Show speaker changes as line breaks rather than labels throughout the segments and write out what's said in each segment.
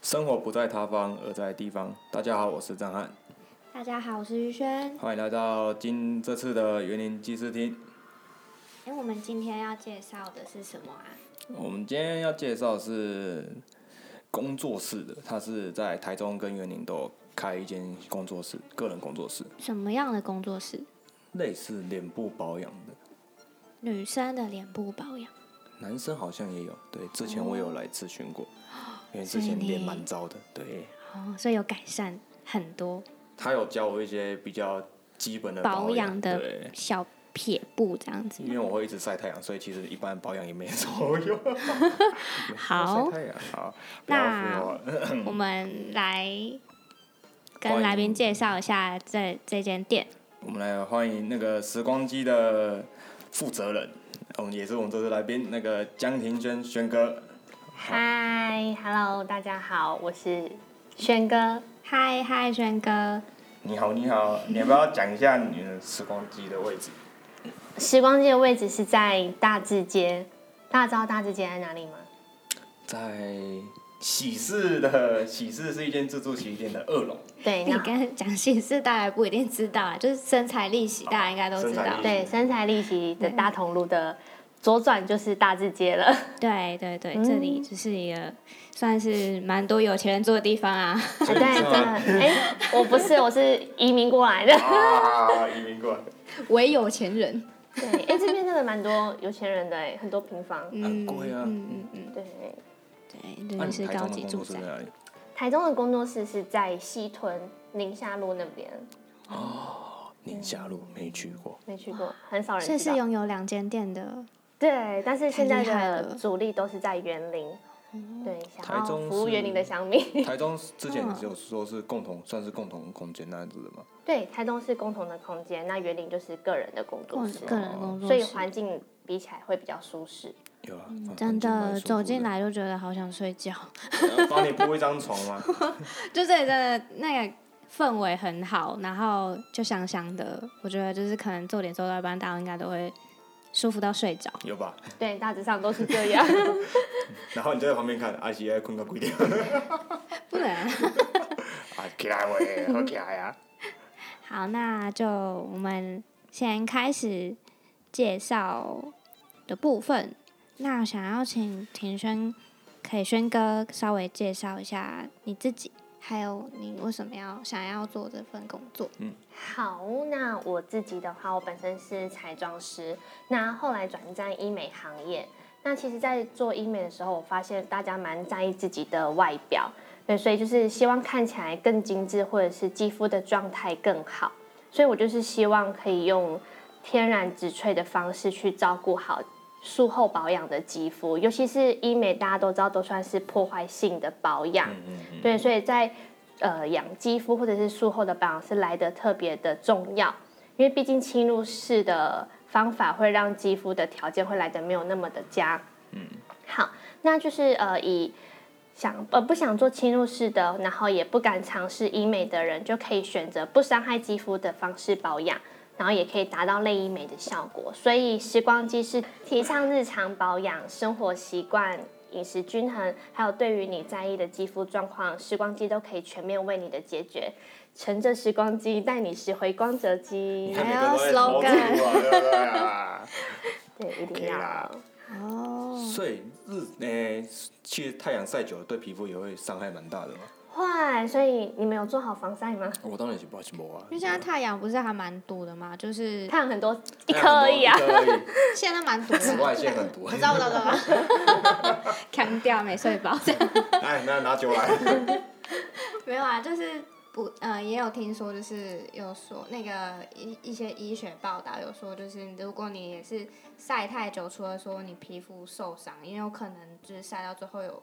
生活不在他方，而在地方。大家好，我是张翰，
大家好，我是于轩。
欢迎来到今这次的园林记事厅。
哎，我们今天要介绍的是什么啊？
我们今天要介绍是工作室的，它是在台中跟园林都有开一间工作室，个人工作室，
什么样的工作室？
类似脸部保养的。
女生的脸部保养。
男生好像也有，对，之前我有来咨询过，因为之
所以
前
你
脸蛮糟的，对，
哦，所以有改善很多
他有教我一些比较基本的
保
养
养的
对，
小撇步这样子
因。为我会一直晒太阳，所以其实一般保养也没什么用。晒，
好
太阳好，不要
那
扶我了
我们来
欢
跟
迎
来宾介绍一下这这间店。
我们来欢迎那个时光机的负责人，我们也是我们这次来宾那个江庭轩轩哥。
嗨，Hello，大家好，我是轩哥。
嗨嗨，轩哥，
你好，你好，你要不要讲一下你的时光机的位置？
时光机的位置是在大智街，大家知道大智街在哪里吗？
在喜事的喜事是一间自助洗衣店的二楼，
对，
你
然后
刚才讲喜事，大家不一定知道啊，就是身材力行，大家应该都知
身材
道
力。
对身材力行的大同路的左转就是大智街了。
对对对，这里就是一个算是蛮多有钱人住的地方啊。
所
对，
以
真
你是
的，
吗
哎、我不是，我是移民过来的。
啊，移民过来，
唯有钱人。
对，哎、这边真的蛮多有钱人的，哎，很多平房。
很贵啊。
嗯嗯嗯，
对，
对，这
那
就
你
是
台
高
中的
级
工
住
作室
宅
在。哪里？
台中的工作室是在西屯宁夏路那边，
宁夏路没去过，
没去过，很少人
这
知
是
道。
拥有两间店的，
对，但是现在
太厉害了哦
的主力都是在园林，对，想
台
要
中
服务
是
园林的乡民。
台中之前
嗯
有说是共同，算是共同空间那样子的嘛。
对，台中是共同的空间，那园林就是个人的工作
个
室，
啊
个人工作
所以
室
环境比起来会比较舒适。
有啊，
嗯真 的走进
来。
来就觉得好想睡觉，
呃帮你铺一张床吗？
就这里真的那个氛围很好，然后就香香的，我觉得就是可能做点做到一半，大家应该都会舒服到睡着。
有吧？
对，大致上都是这样。
然后你就在旁边看，阿西在困个鬼点，
不能啊、
啊起来喂，好起来 啊！
好，那就我们先开始介绍的部分。那想要请庭轩，可以轩哥稍微介绍一下你自己，还有你为什么要想要做这份工作？
好，那我自己的话，我本身是彩妆师，那后来转战医美行业。那其实，在做医美的时候，我发现大家蛮在意自己的外表，对，所以就是希望看起来更精致，或者是肌肤的状态更好。所以我就是希望可以用天然植萃的方式去照顾好术后保养的肌肤，尤其是医美，大家都知道都算是破坏性的保养，对，所以在呃养肌肤或者是术后的保养是来得特别的重要，因为毕竟侵入式的方法会让肌肤的条件会来得没有那么的佳。嗯，好，那就是呃以想呃不想做侵入式的，然后也不敢尝试医美的人，就可以选择不伤害肌肤的方式保养。然后也可以达到类医美的效果，所以时光机是提倡日常保养、生活习惯、饮食均衡，还有对于你在意的肌肤状况，时光机都可以全面为你的解决。乘着时光机，带你拾回光泽机。
还要
投
slogan
啊，对不对 啊？
对，一定
OK 啦
要。
哦，
所以日诶，其实太阳晒久了对皮肤也会伤害蛮大的嘛。
坏，所以你们有做好防 晒吗？
我当然是不是没啊
因为现在太阳不是还蛮毒的嘛，就是
太阳很多，一颗而已啊。
太阳很多一颗而已哎
现在蛮毒 的。
紫外线很毒。
我知道，我知道，我知道。 强调没睡饱，
来，那拿酒来。
没有啊，就是不呃，也有听说，就是有说那个一一些医学报道有说，就是如果你也是晒太久，除了说你皮肤受伤，也有可能就是晒到最后有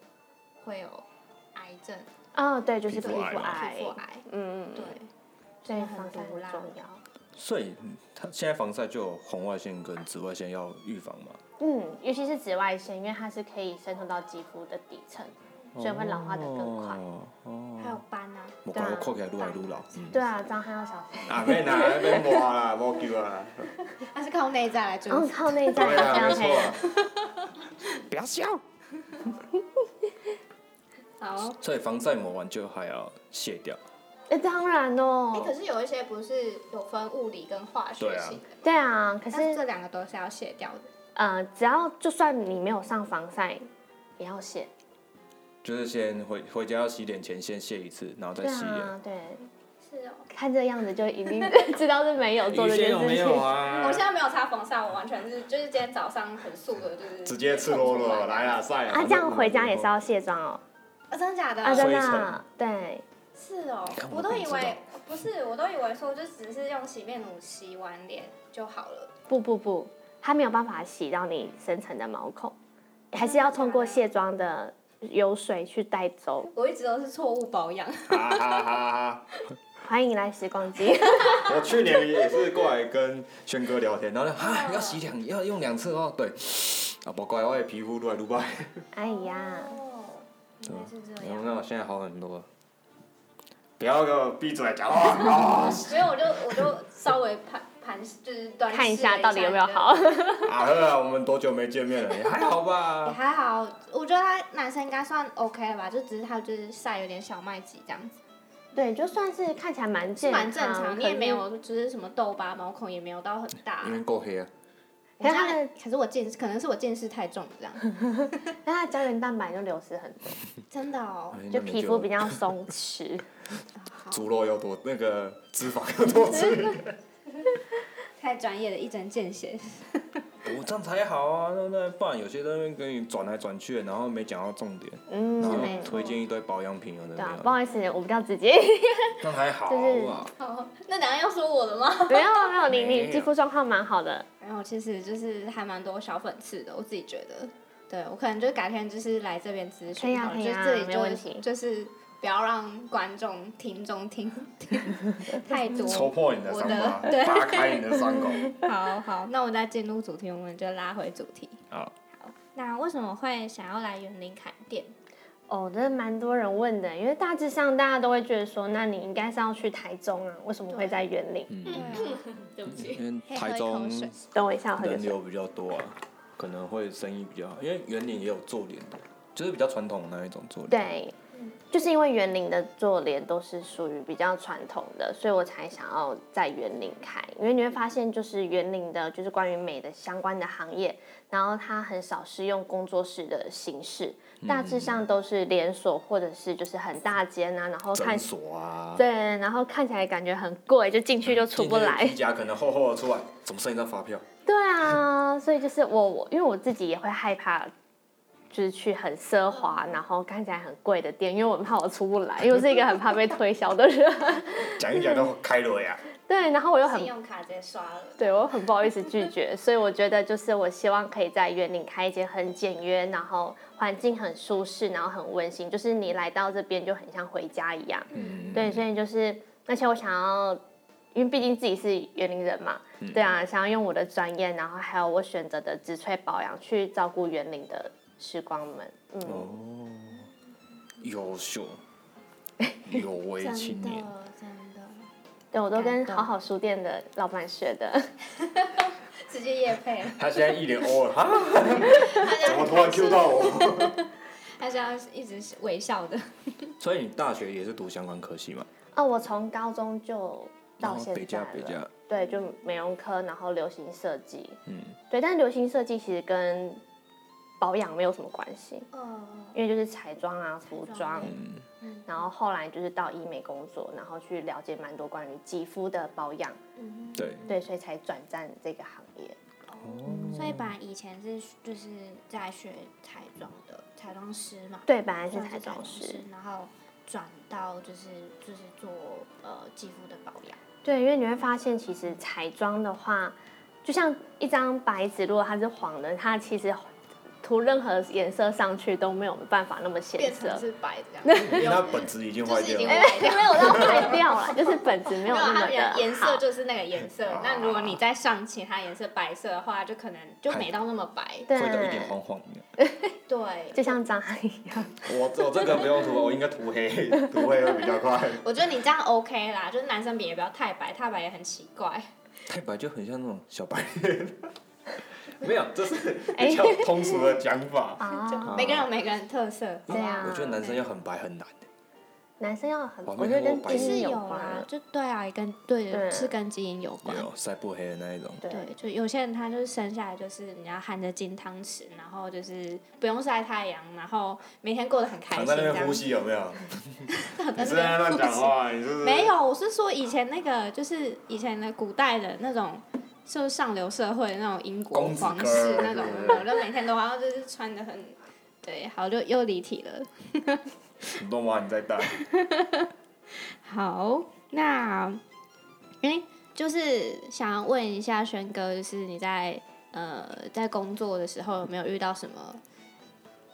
会有癌症、
哦，对，就是
皮
皮
肤
肤
癌嘛
癌
皮肤。癌。
嗯，
对，
所
真
以
的很
防晒
毒
很
辣
重要。
所以它现在防晒就有红外线跟紫外线要预防嘛。
嗯，尤其是紫外线，因为它是可以渗透到肌肤的底层，所以会老化的更快。
哦哦，
还有斑啊。
我感觉看起来愈来愈老。嗯
对啊，张翰要小心。
啊，免啦，免抹啦，无救啊。
它是靠内在来追。
嗯，靠内在
对
这
啊，
样
没
可以。
错。不要笑。
哦
好，
所以防晒抹完就还要卸掉。
哎、当然哦、
哎，可是有一些不是有分物理跟化学
对啊
性的，
对啊，可
但是
是
这两个都是要卸掉的。
呃，只要就算你没有上防晒，也要卸。
就是先回回家要洗脸前先卸一次，然后再
对
洗脸。
啊，对，
是哦，
看这样子就 一定知道是没有做
你
这
先
件
有没
事
有
情。
啊？
我现在没有擦防晒，我完全是就是今天早上很素的，就是
直接赤裸裸来啦，晒
啊，这样回家也是要卸妆哦。
啊，真的假的？
啊，真的
灰
啊
尘，
对，
是哦
看，我
我都
怎么
以
知道
为不是，我都以为说就只是用洗面乳洗完脸就好了。
不不不，它没有办法洗到你深层的毛孔，还是要通过卸妆的油水去带走。
我一直都是错误保养，
哈哈哈哈！
欢迎来时光机。
我去年也是过来跟轩哥聊天，然后呢，
哦
啊，要洗两，要用两次哦，对。啊，不怪我的皮肤越来越白。
哎呀，啊
哦，原来是这样。
那我现在好很多。不要给我闭嘴讲 话！哦
所以我就我就稍微盘盘就是端视
看一
一
下到底有没有好。
啊呵，我们多久没见面了？也还好
也
吧？
还好，我觉得他男生应该算 OK 了吧，就只是他就是晒有点小麦肌这样子，
对，就算是看起来蛮健康，
蛮正
可
常。
是
你也没，有就是什么痘疤，毛孔也没有到很大
因。为够黑啊。
我
可是
家
他的
可是我见识，可能是我见识太重 这样，
但它的胶原蛋白就流失很多，
真的哦。
就皮肤比较松弛。
猪肉又多，那个脂肪又多吃。
太专业的一针见血，
我这样才好啊，对不对？不然有些在那边跟你转来转去，然后没讲到重点，
嗯，
然后
没错
推荐一堆保养品，有的没
对啊，
有
不好意思，我比较 直接。
那还好
就是
啊。
好，那等一下要说我的吗？
没有没有，你
没
你
有
肌肤状况蛮好的，
然后其实就是还蛮多小粉刺的，我自己觉得，对我可能就改天就是来这边咨询，
可以啊
好了
可以
就
啊
是这里
没
就
问题
就是不要让观众、听众听听太 多。
戳破你的伤
我
疤，
的对
扒开你的伤口。
好好，那我们再进入主题，我们就拉回主题。
好，
那为什么会想要来园林砍店？
哦，真的蛮多人问的，因为大致上大家都会觉得说，那你应该是要去台中啊，为什么会在园
嗯
林？
对不起，
因为
嘿
台
喝
中
一口水
等我一下，我喝个
人
水。
流比较多啊，可能会生意比较好，因为园林也有做脸的，就是比较传统的那一种做脸。，
对，就是因为园林的做脸都是属于比较传统的，所以我才想要在园林开。因为你会发现，就是园林的，就是关于美的相关的行业，然后它很少是用工作室的形式，大致上都是连锁或者是就是很大间啊，然后看
诊所啊，
对，然后看起来感觉很贵，就嗯进去就出不
今天
来
皮。夹可能厚厚的出来，怎么剩一张发票？
对啊，所以就是我我因为我自己也会害怕，就是去很奢华，然后看起来很贵的店，因为我很怕我出不来，因为我是一个很怕被推销的人。
讲一讲都开了呀。
对，然后我又很
信用卡直接刷了。
对我很不好意思拒绝，所以我觉得就是我希望可以在园林开一间很简约，然后环境很舒适，然后很温馨，就是你来到这边就很像回家一样。
嗯，
对，所以就是，而且我想要，因为毕竟自己是园林人嘛，
嗯
对啊，想要用我的专业，然后还有我选择的植萃保养去照顾园林的时光们，嗯，
哦，优秀，
哎
有为青年。
真的，
对我都跟
感动
好好书店的老板学
嗯
的，
直接夜配，
他现在一脸哦，哈，
大
怎么
家
突然 Q 到 我？
大家一直微笑的。
所以你大学也是读相关科系嘛？
哦，我从高中就
然
到
后
现
北
在
加北
了，
加，
对，就美容科，然后流行设计，
嗯，
对，但流行设计其实跟保养没有什么关系，
哦，
因为就是彩妆啊、服装，
嗯
然后后来就是到医美工作，然后去了解蛮多关于肌肤的保养。
嗯
对，
对，所以才转战这个行业。
所以本来以前是就是在学彩妆的彩妆师嘛，
对，本来是
算
彩
是
妆
啊
师。，
然后转到就是就是做呃肌肤的保养。
对，因为你会发现，其实彩妆的话，就像一张白纸，如果它是黄的，它其实涂任何颜色上去都没有办法那么显
变
色
成，是白的 这样，
那本子已经
就
坏
是已
掉
经
了
白。掉
没有到坏掉了，就是本质没有
没有，
那么
它
的
原颜
好
色就是那个颜色。那如果你再上其他颜色白色的话，就可能就没到那么白。
会的一点
对，
黄黄的。
对，
就像张翰一样。
我我这个不用涂，我应该涂 黑，涂黑会比较快。
我觉得你这样 OK 啦，就是男生比也不要太白，太白也很奇怪。
太白就很像那种小白脸， 没有，这是
哎
比较通俗的讲 法。哦
啊，
每个人有每个人的特色。
对啊
我觉得男生要很白很难。
男生要很，
我还
我
没
觉得
看
跟
过白
基
色
是
因
有
关
啊
啊，，
就对啊，也跟对
对
是跟基因有关。
有晒不黑的那一种，
对
对，就有些人他就是生下来就是你要含着金汤匙，然后就是不用晒太阳，然后每天过得很开
躺
心
在那
这
边
样
呼。吸有没有？ 你
但
是
是
在乱讲话，你是不是？
没有，我是说以前那个，就是以前的古代的那种，就是上流社会的那种英国
公子
皇
哥
室
儿
那种，
对
我就每天都好像就是穿的很，对，好就又离题了。
很多吗？你在带？
哦
好，那，哎、就是想要问一下轩哥，就是你在呃在工作的时候有没有遇到什么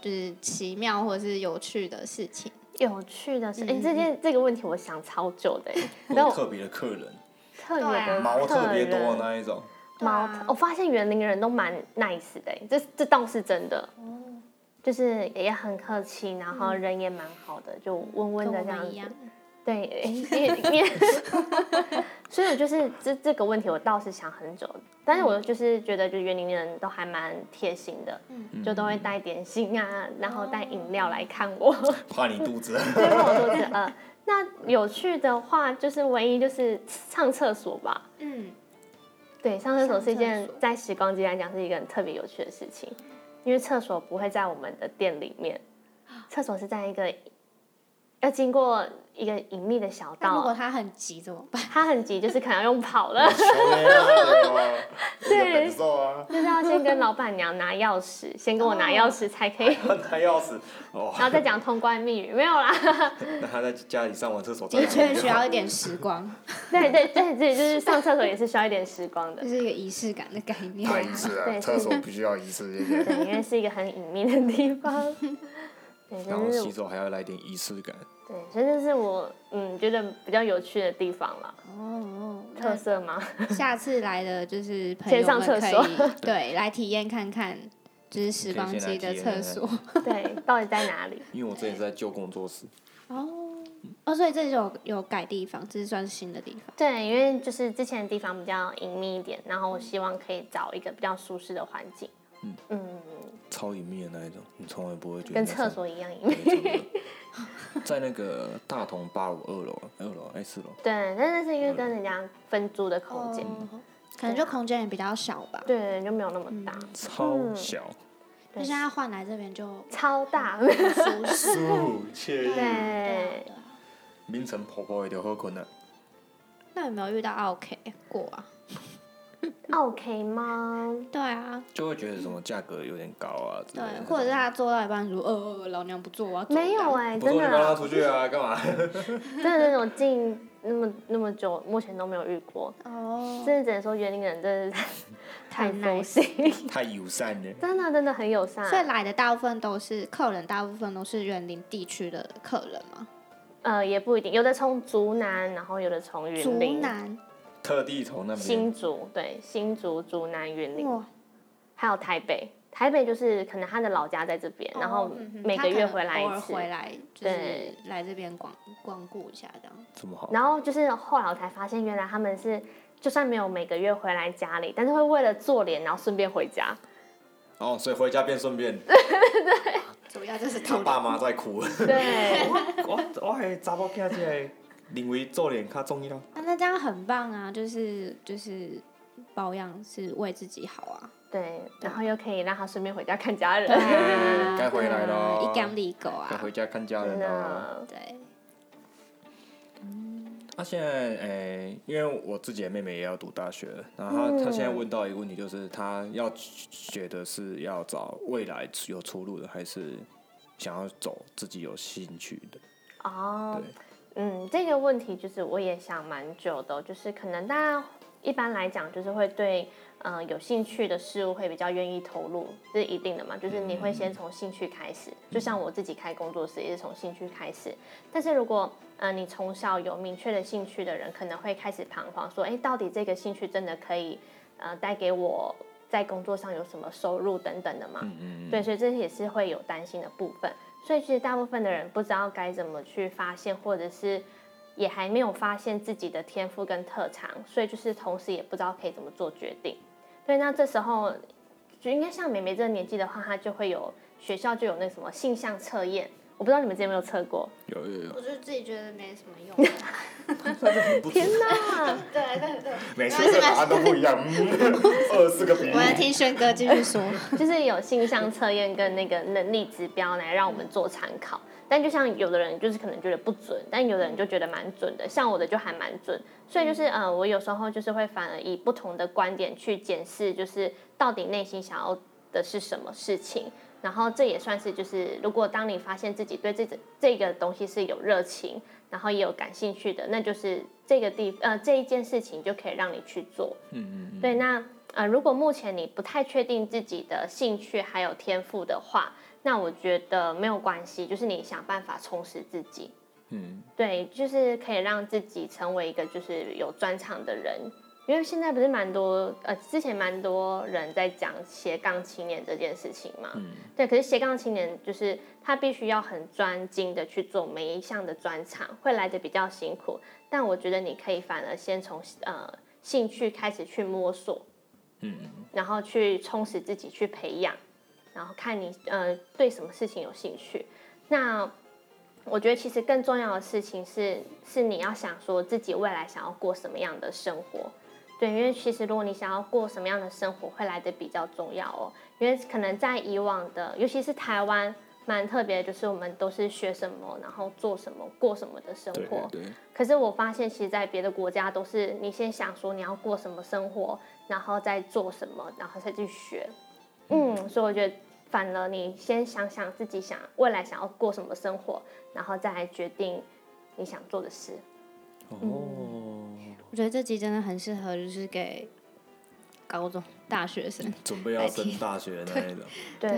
就是奇妙或者是有趣的事情？
有趣的是，哎、
嗯
这件这个问题我想超久 的、哎
或
那
者
我
特别的客人，
特别
对啊
的
毛特别多的
人
那一种，
对
猫
啊
特，我发现园林人都蛮 nice 的、欸，这这倒是真的。
哦
就是也很客气，然后人也蛮好的，就温温
嗯跟
的
我
这样
们一
子
样。，
对，欸也也， 所以我就是这这个问题，我倒是想很久，但是
嗯
我就是觉得，就园林人都还蛮贴心的，
嗯
就都会带点心啊，然后带饮料来看我。
哦
怕你肚子。
对，问我肚子饿。那有趣的话，就是唯一就是上厕所吧。
嗯，
对，上厕所是一件
上厕所
在时光机来讲是一个很特别有趣的事情，因为厕所不会在我们的店里面，
啊
厕所是在一个要经过一个隐秘的小
那如果
道，
他很急怎么办？
它很急，就是可能要用 跑了，
啊对
对
感受啊，
就是要先跟老板娘拿钥匙，先跟我拿
哦
钥匙才可 以，
他要死哦，
然后再讲通关密语，没有啦。
那他在家里上完厕所再
的
来，
确需要一点时光，
对对对对，就是上厕所也是需要一点时光的
这。是一个仪式感的概念。
太仪式
对
啊，厕所必须要仪式这 些。
对，因为是一个很隐秘的地方。 对，
然后
这
洗
是
手还要来点仪式感，
对，所以这是我嗯觉得比较有趣的地方了，
哦，
特色吗？
那下次来的就是朋友
先上
们
厕
可
所
以对来体验看看，就是时光机的厕所
可以。
对，到底在哪里？
因为我之前是在旧工作室，
哦哦，所以这有有改地方，这是算新的地方。
对，因为就是之前的地方比较隐秘一点，然后我希望可以找一个比较舒适的环境。嗯
超隐秘的那一种，你从来不会觉得
跟
那
厕
种
所一样隐
对
秘。
差不多在那个大同八五二楼，二楼哎四楼，
对，但是是因为跟人家分租的空间，
哦可能就空间也比较小吧，
对，就没有那么大，
超
嗯
小，
就现在换来这边就
超 大。
很舒适。
舒服惬
对
意。
对啊对啊
凌晨婆婆也就好困了，
那有没有遇到 OK 过啊？
，OK 吗？
对啊，
就会觉得什么价格有点高啊之类
对
的，
或者是他做到一半说，呃，老娘不做，我要走
没
这样
有哎、
不
真
错，你
的。
帮他出去啊，干嘛？
真的那种近那么那么久，目前都没有遇过。
哦，
真的只能说园林人真的是 太
太
佛心，
太友善了，
真的真的很友
所以
善。
来的大部分都是客人，大部分都是园林地区的客人嘛。
呃，也不一定，有的从竹南，然后有的从
竹
云林、
南
特地从那边
新竹，对，新竹、竹南、云林，
哇，
还有台北。台北就是可能他的老家在这边，然后
嗯哼
每个月回来
他可能偶
一
尔
次。
回来就是
对
来这边光光顾一下这样。
这么好，
然后就是后来我才发现，原来他们是就算没有每个月回来家里，但是会为了做脸，然后顺便回家。
哦，所以回家便顺便，
主要就是
他爸妈在 哭。
对，
我我系查某囝，即个认为做脸较重 要。
啊，那这样很棒啊，就是就是保养是为自己好 啊。
对，然后又可以让他顺便回家看家人。
啊
嗯该回来咯
对啊一干里狗
该
啊，
回家看啊家人
真
咯。
的，啊
对，
他、现在诶、因为我自己的妹妹也要读大学了，然后她她现在问到一个问题，就是她要学的是要找未来有出路的，还是想要走自己有兴趣的？
哦
对，
嗯，这个问题就是我也想蛮久的哦，就是可能大家一般来讲就是会对呃有兴趣的事物会比较愿意投入，这是一定的嘛，就是你会先从兴趣开始，就像我自己开工作室也是从兴趣开始。但是如果呃你从小有明确的兴趣的人，可能会开始彷徨说，哎，到底这个兴趣真的可以呃带给我在工作上有什么收入等等的嘛？
嗯，
对，所以这也是会有担心的部分。所以其实大部分的人不知道该怎么去发现，或者是也还没有发现自己的天赋跟特长，所以就是同时也不知道可以怎么做决定。对，那这时候就应该像美美这个年纪的话，她就会有学校就有那什么性向测验，我不知道你们之前有没有测过。
有有有，
我就自己觉得没什么 用。
天哪！
对对对，
每次的答案都不一 样，嗯，二十个比
我要
例。
听轩哥继续说。
就是有性向测验跟那个能力指标来让我们做参考。但就像有的人就是可能觉得不准，但有的人就觉得蛮准的，像我的就还蛮准。所以就是
嗯
呃，我有时候就是会反而以不同的观点去检视，就是到底内心想要的是什么事情。然后这也算是就是，如果当你发现自己对这这这个东西是有热情，然后也有感兴趣的，那就是这个地呃这一件事情就可以让你去做。
嗯嗯嗯，
对，那呃，如果目前你不太确定自己的兴趣还有天赋的话，那我觉得没有关系，就是你想办法充实自己。
嗯，
对，就是可以让自己成为一个就是有专长的人，因为现在不是蛮多呃，之前蛮多人在讲斜杠青年这件事情嘛。
嗯
对，可是斜杠青年就是他必须要很专精的去做每一项的专长，会来的比较辛苦。但我觉得你可以反而先从呃兴趣开始去摸索，
嗯，
然后去充实自己，去培养，然后看你呃对什么事情有兴趣。那我觉得其实更重要的事情是，是你要想说自己未来想要过什么样的生活。对，因为其实如果你想要过什么样的生活，会来的比较重要哦。因为可能在以往的，尤其是台湾，蛮特别的，就是我们都是学什么，然后做什么，过什么的生活。
对对对，
可是我发现，其实，在别的国家都是你先想说你要过什么生活，然后再做什么，然后再去学。嗯，所以我觉得，反而你先想想自己想未来想要过什么生活，然后再来决定你想做的事。
哦，
我觉得这集真的很适合，就是给高中大学 生。
准备要升大学那一种，
对，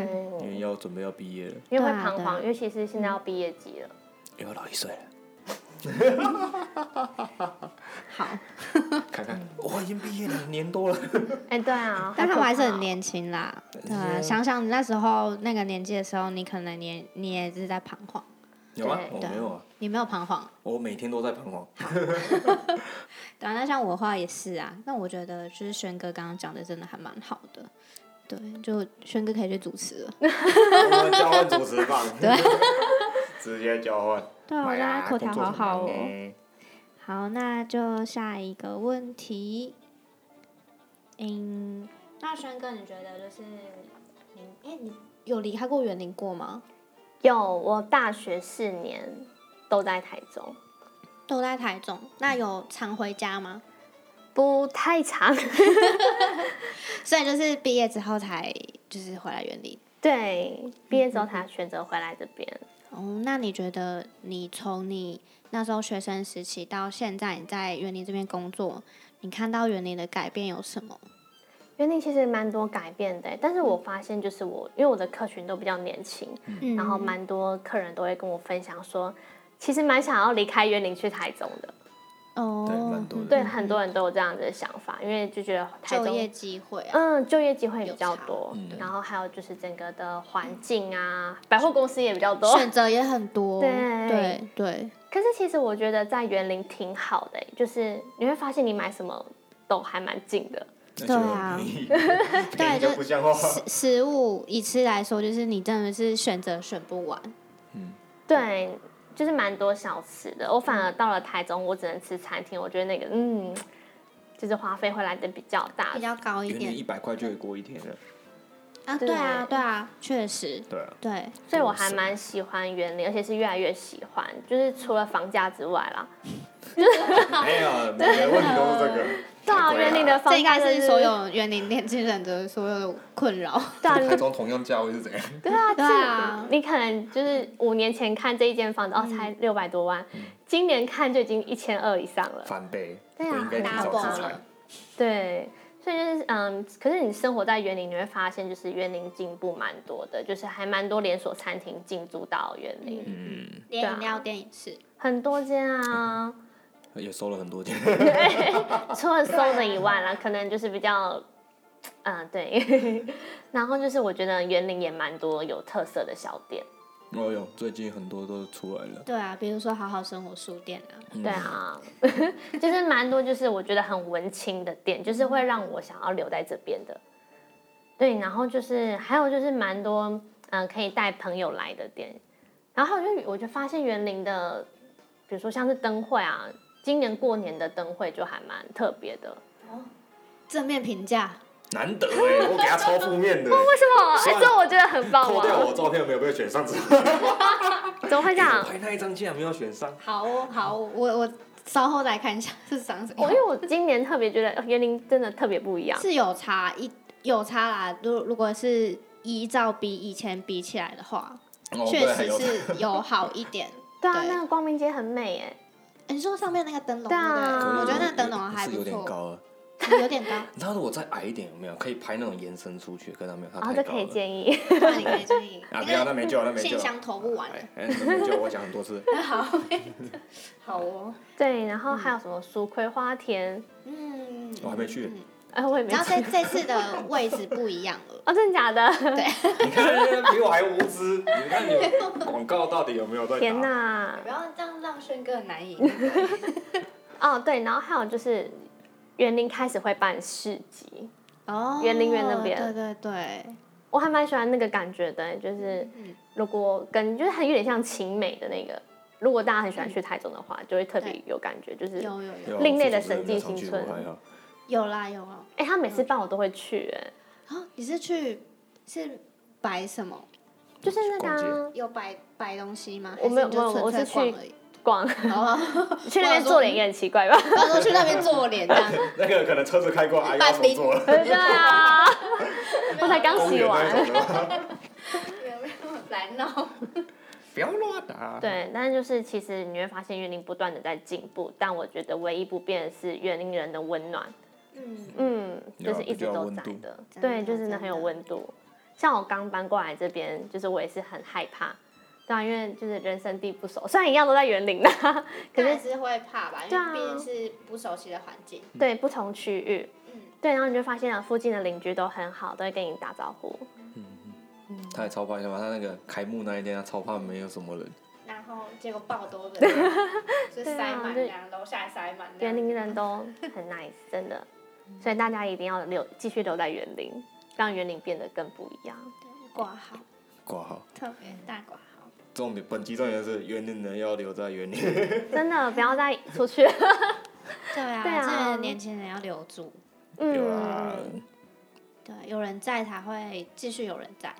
因为要准备要毕业了，
因为会
啊对啊
彷
对啊
徨，尤其是现在要毕业季了。
又要老一岁了。
好，
看看，
我已经毕业两年多了，
哎，对啊，
但他们还是
好可怕
很年轻啦，对啊，
是
想想你那时候那个年纪的时候，你可能你你也是在彷徨，
有吗？
对
哦
我
对啊
没有啊，
你没有彷徨，
我每天都在彷 徨。
对啊，那像我的话也是啊，那我觉得就是轩哥刚刚讲的真的还蛮好的，对，就轩哥可以去主持了，
我们交换主持棒， 直接交换。
对啊，我
买
觉得
啊
他口条好好哦、。
工作很哎忙呢
好，那就下一个问题。嗯，那轩哥，你觉得就是你，哎、你有离开过园林过吗？
有我大学四年都在台中，
都在台中，那有常回家吗？
不太 长。
所以就是毕业之后才就是回来园林。
对，毕业之后才选择回来这边。
哦，那你觉得你从你那时候学生时期到现在你在园林这边工作，你看到园林的改变有什么？
园林其实蛮多改变的欸，但是我发现就是我，因为我的客群都比较年轻，
嗯
然后蛮多客人都会跟我分享说，其实蛮想要离开园林去台中的。
哦，嗯
对蛮多的
对，很多人都有这样子的想法，因为就觉得台
就业
中。
机会啊，
嗯，就业机会比
有
较
差嗯
多，
嗯
然后还有就是整个的环境啊，百货公司也比较多。
选择也很多。
嗯对
对对，
可是其实我觉得在园林挺好的欸，就是你会发现你买什么都还蛮近的。
对
对啊， 对，
就不像话。
食物以吃来说，就是你真的是选择选不完。
对，就是蛮多小吃的。我反而到了台中，我只能吃餐厅，我觉得那个嗯，就是花费会来的比较大
比。较高一
原来一
点
百块就可以过一天了。
啊，
对
对啊，对啊，确实，
对啊，
对，
所以我还蛮喜欢园林，而且是越来越喜欢，就是除了房价之外啦。
没有，没
啊每
有
个问题都是这个。
对啊，
太贵了
园林的房
这应
价
该
真的
是所有园林年轻人的所有的困扰。
对啊，
台
你
中同样价位是怎样？
对 啊，
对啊嗯
是你可能就是五年前看这一间房子哦，才六百多万，今年看就已经一千二以上了。
翻倍，
对啊
我应该提早自产。
对，所以就是嗯，可是你生活在园林，你会发现就是园林进步蛮多的，就是还蛮多连锁餐厅进驻到园林，
嗯，
啊
连饮料店也是，
很多间啊。
也收了很多钱。
除了收的以外啦，可能就是比较，嗯、对。 然后就是我觉得园林也蛮多有特色的小店，
哦哟，最近很多都出来了。嗯
对啊，比如说好好生活书店啊，
对 啊，就是蛮多就是我觉得很文青的店，就是会让我想要留在这边的。对，然后就是还有就是蛮多嗯、呃可以带朋友来的店，然后就我就发现园林的，比如说像是灯会啊，今年过年的灯会就还蛮特别的。
正面评价，
难得哎、
欸
我给他超负面的、欸，
为什么？哎、
啊
算了
这我觉得很棒
扣掉
啊！
我照片没有被选上，
怎么会 这样？
拍那一张竟然没有选上，
好哦，好哦，我我稍后来看一下是长什么
我
样。
因为我今年特别觉得呃园林真的特别不一样。
是有差一有差啦，如如果是依照比以前比起来的话，
哦
确、
对还
实
有
是有好一点。
对啊，
对
那个光明街很美哎。
欸 你说上面那个灯笼，
对啊
对不对我觉得那个灯笼
是
还不
有点
错，
高了。
有 点高。
你知道如果再矮一点有没有？可以拍那种延伸出去，可是它没有，它
然后
太
哦这
高
可以
了。
建议，
那你可以建议，
啊，不要，那没救了，那没救
信
了。
箱投不完了。
哎，哎那没救，我讲很多次。
好哦，
对，然后还有什么蜀葵花田？
嗯，
我还没去
嗯
哎、我也没
然后这
去。
这次的位置不一样了，
哦，真的假的？
你看人家比我还无知，你看 你广告到底有没有在打？
天哪、
不要这样让轩哥难以。
哦，对，然后还有就是园林开始会办市集，
哦，
园林园那边
对对对，
我还蛮喜欢那个感觉的，欸
嗯
就是如果跟就是很有点像晴美的那个，如果大家很喜欢去台中的话，就会特别
嗯对
有感觉，就是
有有有
有啊
另类的
我父母
神
真没有
迹
上
新
去
村
过还好
有啦有啊。
哎、他每次办我都会去，哎，
哦，你是去是摆什么？
就是那个
逛
啊
有摆摆东西吗？
我没有
还是你就
没有我
纯粹
是去
逛而已。
逛，
哦，
去那边做脸也很奇怪吧？
到时候去那边做脸这样。
那个可能车子开过，阿姨要手做了，
对啊，我才刚
公
洗
园
完。
那一种的。
有没有来闹？
不要乱啊打。
对，但是就是其实你会发现园林不断的在进步，但我觉得唯一不变的是园林人的温暖，
嗯，
嗯，
有
就
啊
是一
比较
直
有
都
温
在
度
的，
真
对，
的
就是
真
很有
的
温度。像我刚搬过来这边，就是我也是很害怕，对啊，因为就是人生地不熟， 虽然一样都在园林啦，可
可
是
是是会怕吧，因
对啊
为毕竟是不熟悉的环境。
对不同区域，
嗯
对，然后你就发现啊，附近的邻居都很好，都会跟你打招呼，
他也超怕什么？他那个开幕那一天，他超怕没有什么人。
然后结果爆多 人，就塞满
对
这样，楼下塞满这样。
园林人都 很 nice，真的，所以大家一定要留继续留在园林，让园林变得更不一样。
挂号，
挂号。
特别大挂号。
重点，本集重点是园林人要留在园林。
真的不要再出去。
对啊，
对啊
这个年轻人要留住，
有啦，
嗯，
对，有人在才会继续有人在。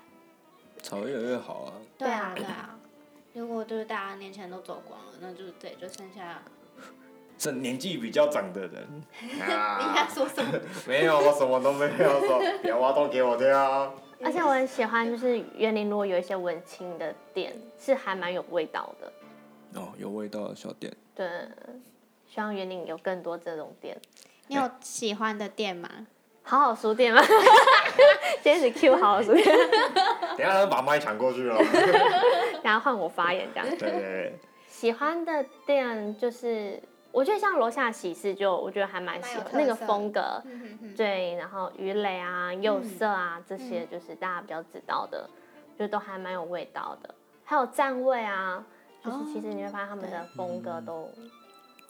炒越来越好啊。
对啊，对啊。如果就是大家年轻人都走光了，那就对，就剩下
是年纪比较长的人。
你
啊
想说什么？
没有，我什么都没有说，不要挖洞给我
啊
跳。
而且我很喜欢，就是园林如果有一些文青的店，是还蛮有味道的。
哦，有味道的小店。
对，希望园林有更多这种店，
你有喜欢的店吗？
好好书店嘛。 今天是 Q 好好书店，
等一下他把麦抢过去了。
然后换我发言这样。
对对对，
喜欢的店就是，我觉得像楼下喜事就，我觉得还蛮喜
蛮有
欢
特色
那个风格。
嗯哼哼
对，然后鱼雷啊、釉色啊、
嗯
这些，就是大家比较知道的，就都还蛮有味道的。还有站位啊，
哦
就是其实你会发现他们的风
嗯
格都，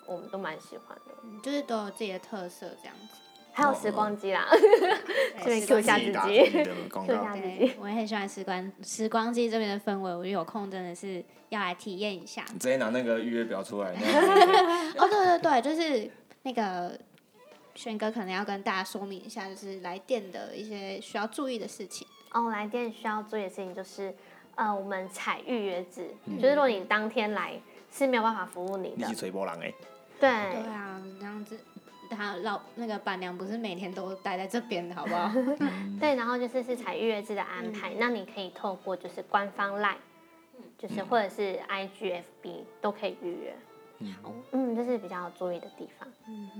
我们都蛮喜欢的。
就是都有自己的特色这样子。
还有时
哦
光机啦， 这边 Q 一下自
自己打自
己
己的广
，Q 一
告。
下自己
对，。我也很喜欢时光时光机这边的氛围，我有空真的是要来体验一下。
你直接拿那个预约表出来。那样
哦，对对对，就是那个轩哥可能要跟大家说明一下，就是来店的一些需要注意的事情。
哦，来店需要做的事情就是，呃，我们采预约制，
嗯
就是如果你当天来是没有办法服务你
你
的
是，吹波浪哎。
对，
对啊，这样子，他老那个板娘不是每天都待在这边的好不 好？
对，然后就是是采预约制的安排，那你可以透过就是官方 LINE，就是
嗯
或者是 IGFB 都可以预约。
好
嗯，这是比较要注意的地方。
嗯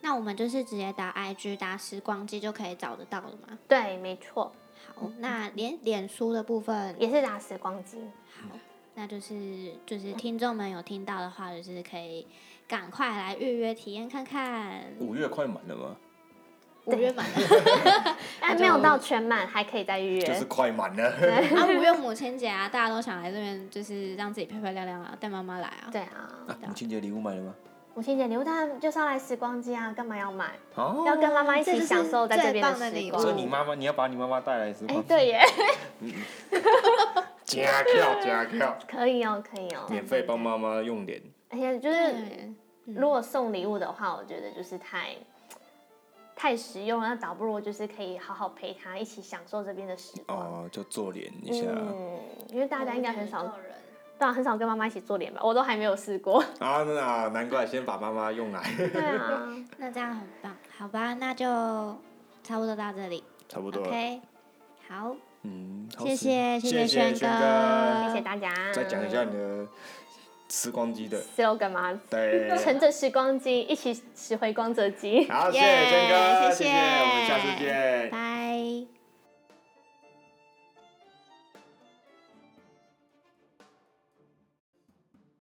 那我们就是直接打 IG 打时光机就可以找得到了嘛。
对，没错，嗯
好，那脸脸书的部分
也是打时光机。
那就是就是听众们有听到的话，就是可以赶快来预约体验看看。
五月快满了吗？
五月满 了
但没有到全满，还可以再预约。
啊就是快满了。
对
啊，五月母亲节啊，大家都想来这边，就是让自己漂漂亮亮啊，带妈妈来啊。
对啊，
啊母亲节礼物买了吗？
母亲节礼物当然就是要来时光机啊，干嘛要买？
哦，
要跟妈妈一
这
起
就是
享受在这
最
边
棒的
时
礼
光。
所以
物
你哦妈妈，你要把你妈妈带来是
哎、
吗？
对耶，
加跳加跳，
可以哦，可以哦。
免费帮妈妈用脸，
而且就是，
嗯
如果送礼物的话，我觉得就是太太实用了，那倒不如就是可以好好陪她一起享受这边的时光。
哦，就做脸一下
嗯，因为大家应该很少，
我觉得人
对啊，很少跟妈妈一起做脸吧，我都还没有试 过。
啊，那啊难怪先把妈妈用来，
对啊，
那这样很棒，好吧？那就差不多到这里
差不多了。
，OK？好，
嗯，好
谢谢
谢
轩
轩哥，
谢谢大家。
再讲一下你的时光机的，
slogan 吗？
对，
乘着时光机，一起拾回光泽机。
好，谢
耶
谢轩哥，
谢
谢我们下次
哎
谢
见。
拜。